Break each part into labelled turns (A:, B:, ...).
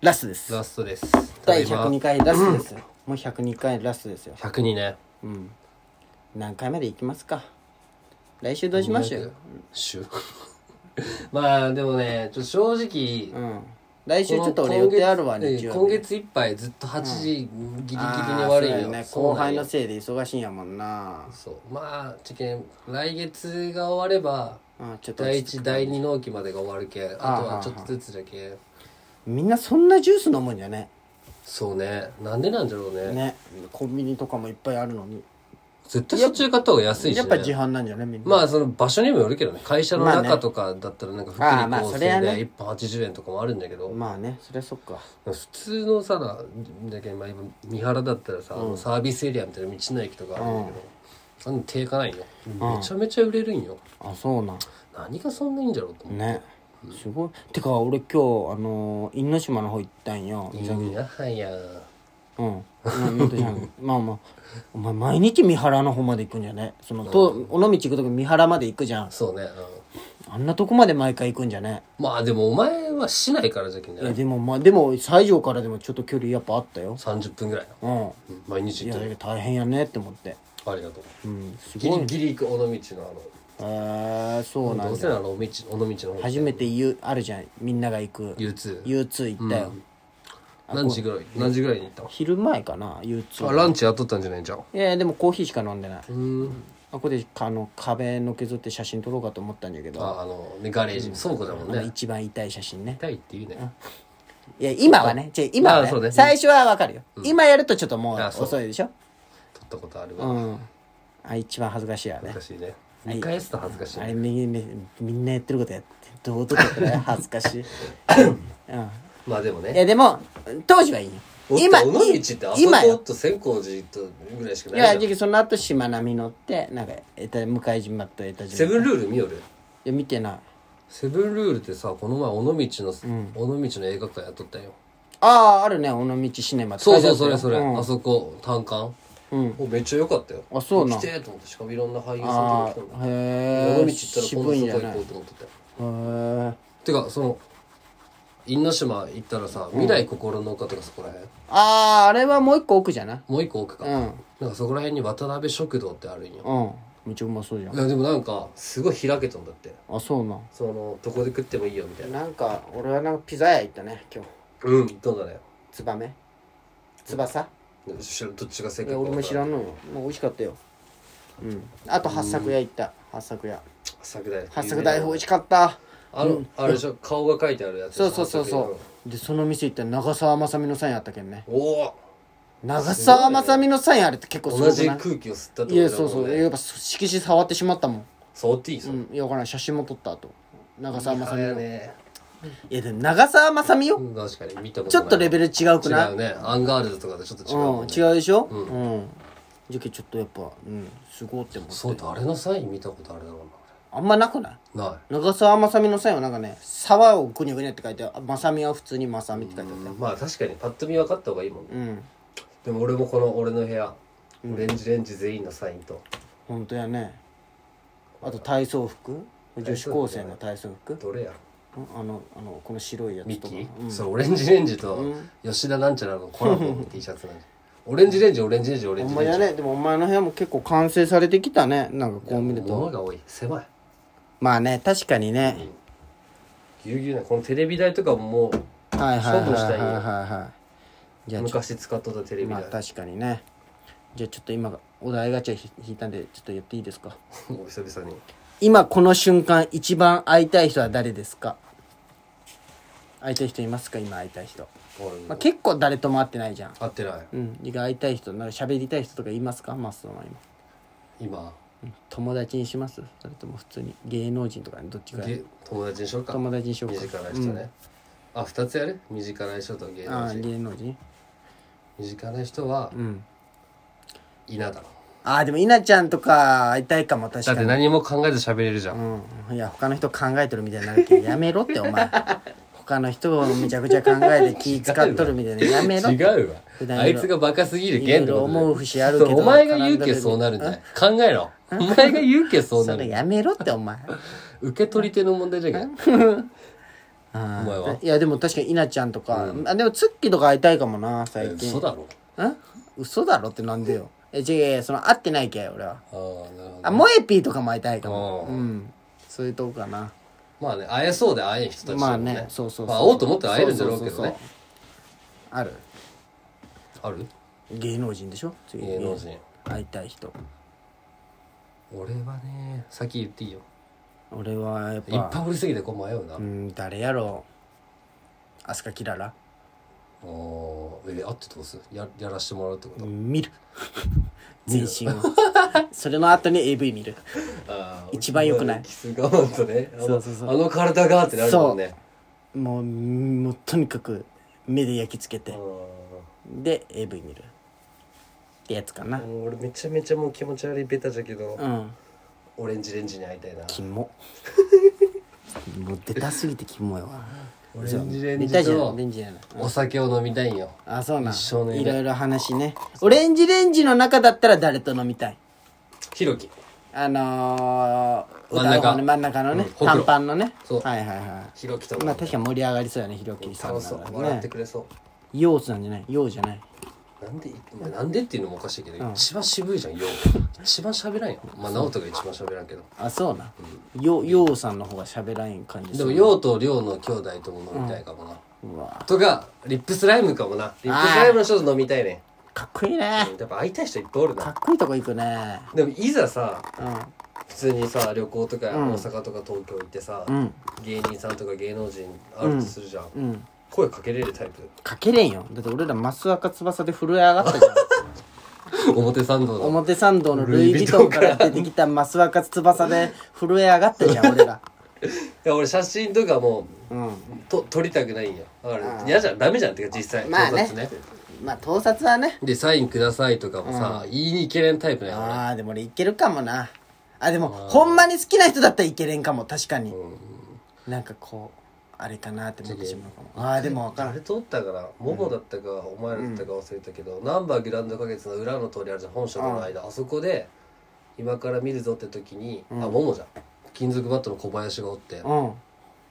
A: ラストです
B: ラストです
A: 第102回ラストです、もう102回ラストですよ
B: 1 0ね
A: うん何回までいきますか来週どうしましょうよ
B: 週 まあでもねちょっと正直、
A: うん来週ちょっと俺予定あるわ
B: ね
A: 日曜日
B: 今月いっぱいずっと8時ギリギリに悪い
A: あーそう
B: よ
A: やね
B: そう
A: 後
B: なん
A: 輩
B: よ
A: のせいで忙しいんやもんな
B: そうまあちけん来月が終われば
A: あちょっと
B: 第一第二納期までが終わるけんあとはちょっとずつだけ
A: みんなそんなジュース飲むんじゃね
B: そうねなんでなんだろうね
A: ねコンビニとかもいっぱいあるのに
B: 絶対そっちで買った方が安いし、ね、
A: やっぱ自販なんじゃねみんな
B: まあその場所にもよるけどね会社の
A: まあね
B: 中とかだったらなんか福
A: あーまあ
B: 利厚
A: それは
B: 生
A: ね
B: で1本80円とかもあるんだけど、
A: まあねそりゃそっか
B: 普通のさなだけどまあ今三原だったらさ、あのサービスエリアみたいな道の駅とかあるんだけど、あの手いかないよ、めちゃめちゃ売れるんよ
A: あそうなん
B: 何がそんないいんだろうと思って
A: ねすごいてか俺今日あのー因島の方行ったんよ
B: いいなはや
A: うんななんとじゃんまあまあお前毎日三原の方まで行くんじゃねそのと尾道行く時三原まで行くじゃん
B: そうね、うん
A: あんなとこまで毎回行くんじゃね
B: まあでもお前は市内からじゃけんじ
A: い
B: ゃな
A: や
B: い
A: でもまあでも西条からでもちょっと距離やっぱあったよ
B: 30分ぐらいの
A: うん
B: 毎日
A: い
B: 行
A: や
B: っ
A: い
B: てる
A: や大変やねって思って
B: ありがと
A: う
B: う
A: んす
B: ギ
A: ごい
B: リギリ行く尾道の
A: えー、そう
B: あの
A: な
B: ど
A: ん
B: う
A: だ
B: せならあの尾道尾道の方
A: 初めて U あるじゃんみんなが行く
B: U2
A: U2 行ったよ、
B: 何時ぐらい何時ぐらいに行ったの
A: 昼前かな U2
B: あランチやっとったんじゃないじゃん
A: いやいやでもコーヒーしか飲んでないあ
B: うん
A: ここであの壁のけずって写真撮ろうかと思ったんだけど
B: ああのねガレージ倉庫だもん
A: あの
B: ね
A: 一番痛い写真ね
B: 痛いって言うね
A: いや今はねじゃあ今は
B: あそう
A: ね
B: ね
A: 最初はわかるよ、今やるとちょっともう
B: あそう
A: 遅いでしょ
B: 撮ったことある
A: う
B: わ
A: んあ一番恥ずかしいやね
B: 恥ずかしいね見返すと恥ずかしい
A: あ
B: ね
A: れみみみんなやってることやってどうとかってね 恥ずかしい、うん
B: まあでも
A: い
B: ね
A: やでも当時はいいよ今
B: 今尾道ってあそ
A: 今
B: こ
A: よ
B: と千光寺とぐらいしか
A: い
B: な
A: や
B: いじゃん
A: じゃあその後しまなみ乗ってなんか江田向島と江田島
B: セブンルール見よる
A: いや見てない
B: セブンルールってさこの前尾道の尾道の映画館やっとったよ
A: あああるね尾道シネマって
B: そうそう
A: 書いて
B: それ
A: あった
B: そ
A: よ
B: れ
A: うん
B: あそこ単館おめっちゃ良かったよ
A: あそうなん
B: 来てーと思ってしかもいろんな俳優さん
A: あ
B: とか来た
A: あ
B: の
A: へえ
B: 尾道行ったら
A: 渋
B: 今
A: いんじ
B: 度そ
A: ゃない
B: こ行こ
A: へ
B: うと思ってたよ
A: え
B: てかその因島行ったらさ未来心の丘とかそこら辺
A: あああれはもう一個奥じゃない
B: もう一個奥か
A: うん
B: なんかそこら辺に渡辺食堂ってあるんよ
A: うんめっちゃうまそうじゃ
B: い
A: ん
B: やでもなんかすごい開けたんだって
A: あそうなん
B: そのどこで食ってもいいよみたいな
A: なんか俺はなんかピザ屋行ったね今日
B: うんどうだね
A: ツバメ翼
B: 知らんどっちが正
A: い
B: 解
A: や
B: か
A: 俺も知ら
B: ん
A: んのよもう美味しかったようんあと八作屋行った八作屋
B: 作大
A: 八作大福美味しかった
B: あのあれでしょ顔が書いてあるやつ
A: そうそうそう
B: 八作
A: そうでその店行ったら長澤まさみのサインあったけんね
B: 大福お
A: 長澤まさみのサインあれって結構
B: お
A: すごくな
B: 同
A: い
B: じ空気を吸ったってこと
A: いやそうそ
B: もん
A: う
B: ね
A: やっぱ色紙触ってしまったもん
B: 触っていいそうれ
A: んいやわからん写真も撮った後長澤まさみ
B: いや
A: の
B: ね
A: いやでも長澤まさみ
B: う
A: よ
B: ん確かに見たことない
A: ちょっとレベル違うくない
B: 違うねアンガールズとかとちょっと違うも
A: うんん
B: ね
A: 違うでしょうんじゃけちょっとやっぱうんすごいって思って
B: そう誰のサイン見たことあるだろ
A: あんまなくないう
B: なな
A: 長澤まさみのサインはなんかね「沢をぐにゃぐにゃ」って書いてあるまさみは普通にまさみって書いてあった
B: いまあ確かにパッと見分かった方がいいもんね
A: うん
B: でも俺もこの俺の部屋オレンジレンジ全員のサインと
A: 本当やねあと体操服女子高生の体操服
B: どれや
A: うんあのあのこの白いやつ
B: ミ
A: と
B: キ
A: か、
B: それオレンジレンジと吉田なんちゃらのコラボの T シャツなんじゃオレンジレンジオレンジレンジオレン
A: お
B: ジ
A: 前
B: レン
A: や
B: ジ
A: ねでもお前の部屋も結構完成されてきたねなんかこう見ると
B: 物が多い狭い
A: まあね確かにね、
B: ぎゅうぎゅうなこのテレビ台とかもも
A: はいはいはい
B: 処分した
A: はい
B: いよ
A: はいはいじゃ
B: う
A: あちょ
B: 昔使っとったテレビ
A: まあ
B: 台
A: 確かにねじゃあちょっと今お題ガチャひ引いたんでちょっとやっていいですか
B: お久々に
A: 今この瞬間一番会いたい人は誰ですか会いたい人いますか今会いたい人、まあ、結構誰とも会ってないじゃん
B: 合ってない
A: うん意外会いたい人なんか喋りたい人とかいますかマスさんは今
B: 今
A: 友達にしますそれとも普通に芸能人とかねどっちか
B: げ友達にしようか
A: 友達にしようか
B: 身近な人ねあ二つやる身近な人と芸
A: あ
B: 能
A: あ
B: 人
A: 芸能人
B: 身近な人は
A: ん
B: 稲だろ
A: ああでも稲ちゃんとか会いたいかも確か
B: だって
A: に
B: 何も考えず喋れるじゃん
A: うんいや他の人考えとるみたいになるけどやめろってお前他の人をめちゃくちゃ考えて気使っとるみたいなやめろ
B: 違う
A: 普段
B: わ
A: の
B: あいつがバカすぎるけんってこ
A: いろ
B: と
A: いろ思う節あるけど
B: そうお前が言うけそうなるんじゃない考えろお前が言うけそうな
A: それ
B: る
A: やめろってお前
B: 受け取り手の問題じゃん
A: お
B: お前はい
A: やでも確かに稲ちゃんとか、あでもツッキーとか会いたいかもな最近
B: 嘘だろ
A: ん嘘だろってなんでよえ違う違うその会ってないけ俺は
B: ああなるほど
A: あモエピーとかも会いたいかも
B: う
A: うんんそういうとこかな
B: まあね会えそうで会えん人たちだもん
A: まあねそうそうそう
B: まあ、会おうと思ったら会えるんだろうけど
A: そそ
B: ね
A: そそうある
B: ある
A: 芸能人でしょ次
B: 芸能人
A: 会いたい人
B: 俺はね先言っていいよ
A: 俺はやっ
B: いっぱ
A: ぱ
B: い掘りすぎてこう迷うな、
A: うん誰やろう飛鳥キララ
B: あーえ会ってどうするややらしてもらうってこと、
A: 見る全身をそれの後に AV 見る
B: あー
A: 一番良くない
B: キス我慢とねあの
A: そうそうそう
B: あの体がってなるもんね
A: もうもうとにかく目で焼き付けてで AV 見るってやつかな
B: あー俺めちゃめちゃもう気持ち悪いベタじゃけど、
A: うん
B: オレンジレンジに会いたいな
A: キモもう出たすぎてキモいわ
B: オレンジレン
A: 出
B: ジ
A: たじゃない
B: と
A: レンジじゃない
B: お酒を飲みたいんよ
A: あそうなん
B: 一生の夢
A: いろいろ話ねオレンジレンジの中だったら誰と飲みたい
B: ひろき
A: あのー、
B: 真ん
A: 歌
B: 中
A: の方ね真ん中のね、
B: うんほくろ
A: 短パンのね
B: そう
A: はいはいは
B: ひろきと
A: いまあ確かに盛り上がりそうやねひろきさんな
B: 楽しそう
A: ら
B: 笑っ
A: ね
B: てくれそ
A: ようつなんじゃないようじゃないう
B: なんでお前なんでっていうのもおかしいけど、一番渋いじゃんよう一番喋らんよまあ直人が一番喋らんけど
A: あそうなよようさんの方が喋らん感じ
B: ですも
A: る
B: 陽と涼の兄弟とも飲みたいかもな、
A: うわ
B: とかリップスライムかもなリップスライムの人と飲みたいね
A: かっこいいね
B: やっぱ会いたい人いっぱいおる
A: かっ
B: な
A: こいいとこ行くね
B: でもいざさ
A: う
B: 普通にさ旅行とか大阪とか東京行ってさ、
A: んうん
B: 芸人さんとか芸能人あるとするじゃん、
A: うん
B: 声かけれるタイプ
A: かけれんよだって俺ら増赤翼で震え上がったじ ゃん
B: 表参道の
A: 表参道のルイ・ヴィトンから出てきた増赤翼で震え上がったじゃん俺ら
B: いや俺写真とかも
A: うん
B: と撮りたくないんよだから嫌じゃんダメじゃんってか実際
A: まあね
B: 盗撮
A: まあ盗撮はね
B: でサインくださいとかもさ、言いに行けれんタイプね俺
A: ああでも俺いけるかもなあでもほんまに好きな人だったらいけれんかも確かに、なんかこうあれかなって思ってしまうかもああーでも分から
B: あ
A: ん
B: れ通ったからモモだったか、お前らだったか忘れたけど、ナンバーグランド花月の裏の通りあるじゃん本社の間、あそこで今から見るぞって時に、あモモじゃん金属バットの小林がおって、
A: うん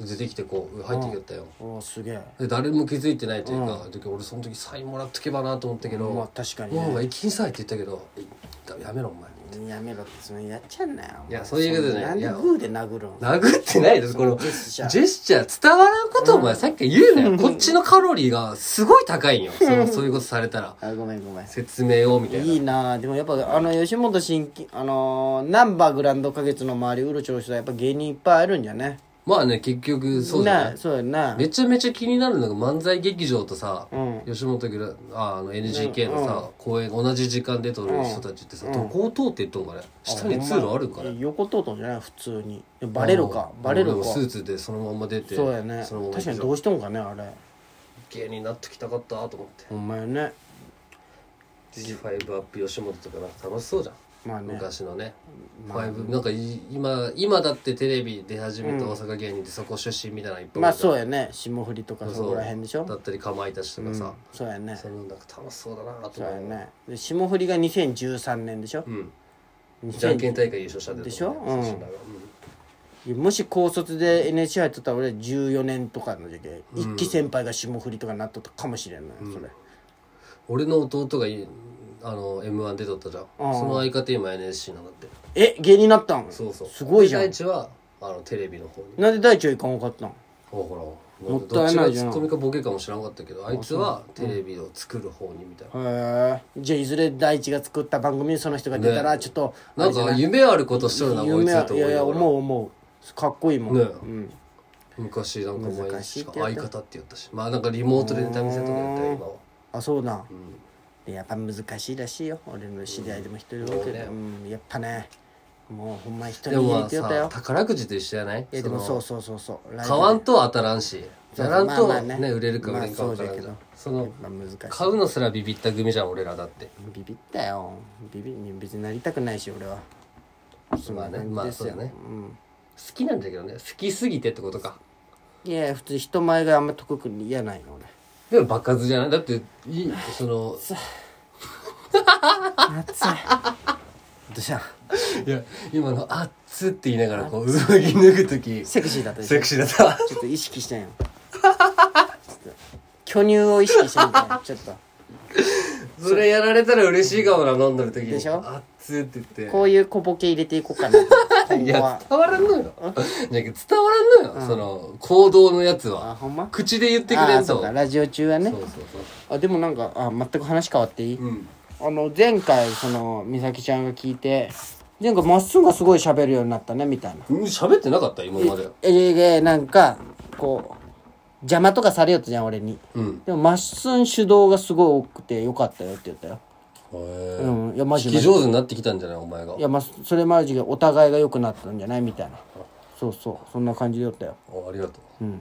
B: 出てきてこう入ってきよったよ、
A: おーすげえ
B: で誰も気づいてないというか、で俺その時サインもらっとけばなと思ったけど、
A: まあ確かに
B: モモ
A: ね
B: が「行きんさい」って言ったけど「やめろお前」
A: やめろってそのやっちゃんなよ
B: いやそういうことじゃない
A: なんで
B: いや
A: グーで殴るん
B: 殴ってないですこの
A: ジェスチャー
B: ジェスチャー伝わらんことをお前さっき言うなよこっちのカロリーがすごい高いんよそのそういうことされたら
A: あごめんごめん
B: 説明をみたいない
A: いなあでもやっぱあの吉本新喜あのーナンバーグランド花月の周りうろちょろしたやっぱ芸人いっぱいあるんじゃね
B: まあね結局そうだ
A: あ
B: ね
A: そうやな
B: めちゃめちゃ気になるのが漫才劇場とさ、
A: ん
B: 吉本グラああの NGK のさ、公演同じ時間で撮る人たちってさ、どこを通っていっとんかね下に通路あるんかね
A: 横通ったんじゃない普通にバレるかバレる
B: 俺
A: か
B: もスーツでそのまま出て
A: そうやね
B: そのまま
A: 確かに
B: 行
A: ど
B: く
A: うしてもかねあれ
B: 芸人になってきたかったと思って
A: ほんまよね
B: G5 アップ吉本とかなんか楽しそうじゃん
A: まあね
B: 昔のね、ファイブなんかい今今だってテレビ出始めた大阪芸人ってそこ出身みたいなのいっぱい
A: まあ
B: いる
A: そうやね霜降りとか
B: じゃん
A: そこら辺でしょ
B: だったりかまいたちとかさ、
A: そうやね
B: そのなんか楽しそうだなと
A: そうや
B: 思う
A: ねで霜降りが2013年でしょ
B: うん
A: 2000
B: じゃんけん大会優勝したんだよ
A: でしょ
B: その人らが
A: もし高卒で NHC 入っとったら俺14年とかの時期、一期先輩が霜降りとかなっとったかもしれんのよそれ、
B: 俺の弟がいあの m 1出とったじゃん、その相方今 NSC なんだって
A: え芸人になったん
B: そうそう
A: すごいじゃ
B: で
A: ん
B: 大地はあのテレビの方に
A: なんで大地は行かんかったん
B: ほらほらなんか
A: も
B: ど
A: っ
B: った
A: い
B: ち
A: な
B: が
A: いじ
B: ツ
A: ゃん
B: ッコミかボケかも知らんかったけどあいつはテレビを作る方にみたいな
A: へえじゃあいずれ大地が作った番組にその人が出たら
B: ね
A: ちょっと、
B: なんか夢あることしとるなこい
A: 夢
B: つ
A: は
B: と
A: い
B: 思
A: や
B: う
A: いや
B: よ俺
A: 思う思うかっこいいもん、
B: ね
A: うん、
B: 昔なんか前
A: 難しい
B: し
A: っ
B: か
A: てやつ
B: 相方って言ったしまあなんかリモートでネタ見せとかやったよ今は
A: あそうなん、でやっぱ難しいらしいよ俺の知り合いでも一人いるけど、うんやっぱねもうほんま人
B: で
A: に入
B: も
A: れ
B: まあ
A: てよったよ
B: さ宝くじと一緒やない
A: いやでも
B: そ
A: そ
B: の
A: うそうそうそうライブ
B: 買わんとは当たらんし
A: そう
B: やらんと
A: まあ
B: は
A: まあ
B: ね
A: ね
B: 売れるか売れんか分からんじゃ
A: まあ
B: んその
A: まあ難しい
B: 買うのすらビビった組じゃん俺らだって
A: ビビったよビビ別になりたくないし俺はそん
B: まあ
A: な
B: ね
A: 感じ
B: ま
A: で
B: あ
A: す
B: そう
A: よ、
B: だね好きなんだけどね好きすぎてってことか
A: うん、いや普通人前があんま得意に嫌ないの俺
B: でも爆発じゃない だっていいその
A: 暑いことじゃん
B: いや今の「あっつ」って言いながらこう動き抜く時
A: セクシーだったでし
B: セ
A: ょ
B: ク
A: ち
B: シー だった
A: ょっと意識してんよちょっと巨乳を意識してみたい なちょっと
B: それやられたら嬉しいかもな飲んでる時に
A: でしょ
B: あっつ」って言って
A: こういう小ボケ入れていこうかな今
B: い
A: 後
B: や
A: は
B: 伝わらんのよじゃあ伝わらんのよ、その行動のやつ
A: あ
B: は
A: ほんま
B: 口で言ってくれ
A: あ
B: んと
A: そうかラジオ中はね
B: そうそうそ
A: あでもなんかあ全く話変わっていい、
B: ううん
A: あの前回その美咲ちゃんが聞いて前回まっすぐがすごい喋るようになったねみたいな
B: うん喋ってなかった今まで
A: えええなんかこう邪魔とかされよったじゃん俺に
B: うん
A: でもまっすん主導がすごい多くてよかったよって言ったよ
B: へえ
A: うんいやマジ
B: 聞
A: マ
B: き
A: ジい
B: 上手になってきたんじゃないお前が
A: やまあそれマジでお互いが良くなったんじゃないみたいなそうそうそんな感じでよったよ
B: おありがと
A: うん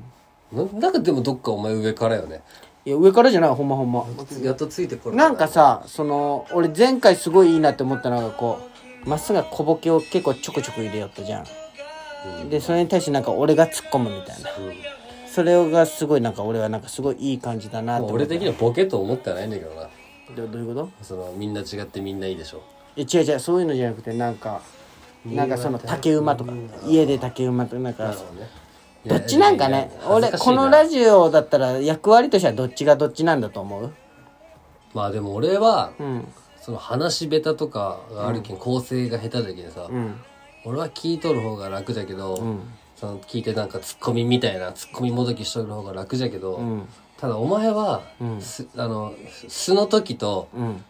B: うななんかでもどっかお前上からよね
A: いや上からじゃないほんまほんま
B: やっとついてこれた
A: なんかさその俺前回すごいいいなって思ったのがこうまっすぐが小ボケを結構ちょこちょこ入れよったじゃん、でそれに対してなんか俺が突っ込むみたいな、それがすごいなんか俺はなんかすごいいい感じだなと思っ
B: 俺的にはボケと思ってはないんだけどな
A: てどどういうこと
B: そのみんな違ってみんないいでしょ
A: え違う違うそういうのじゃなくてなんかなんかその竹馬とか家で竹馬とかなんか
B: ね
A: どっちなんかね俺この
B: ラ
A: ラジオだったら役割としてはどっちがどっちなんだと思う
B: まあでも俺は
A: うん
B: その話下手とかがあるけん構成が下手だけどさ
A: うん
B: 俺は聞いとる方が楽だけどその聞いてなんかツッコミみたいなツッコミもどきしとる方が楽じゃけ
A: う
B: ど
A: ん
B: ただお前は
A: うん
B: すあの素の時と
A: うん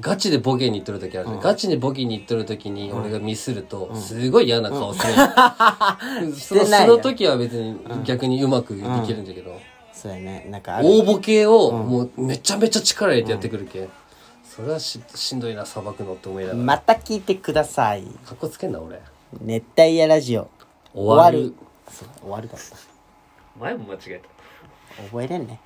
B: ガチでボケに行っとる時あるじゃん、ガチでボケに行っとる時に俺がミスると、すごい嫌な顔する。 その
A: してない
B: そ
A: よ
B: の時は別に逆にうまくできるんだけど、
A: そうやねなんかある
B: 大ボケをもうめちゃめちゃ力入れてやってくるけ、ん。それはししんどいな、さばくのって思いながら。
A: また聞いてください
B: かっこつけんな、俺。
A: 熱帯夜ラジオ
B: 終わ
A: 終わ
B: る
A: るそう終わるだった
B: 前も間違え
A: 覚えれんね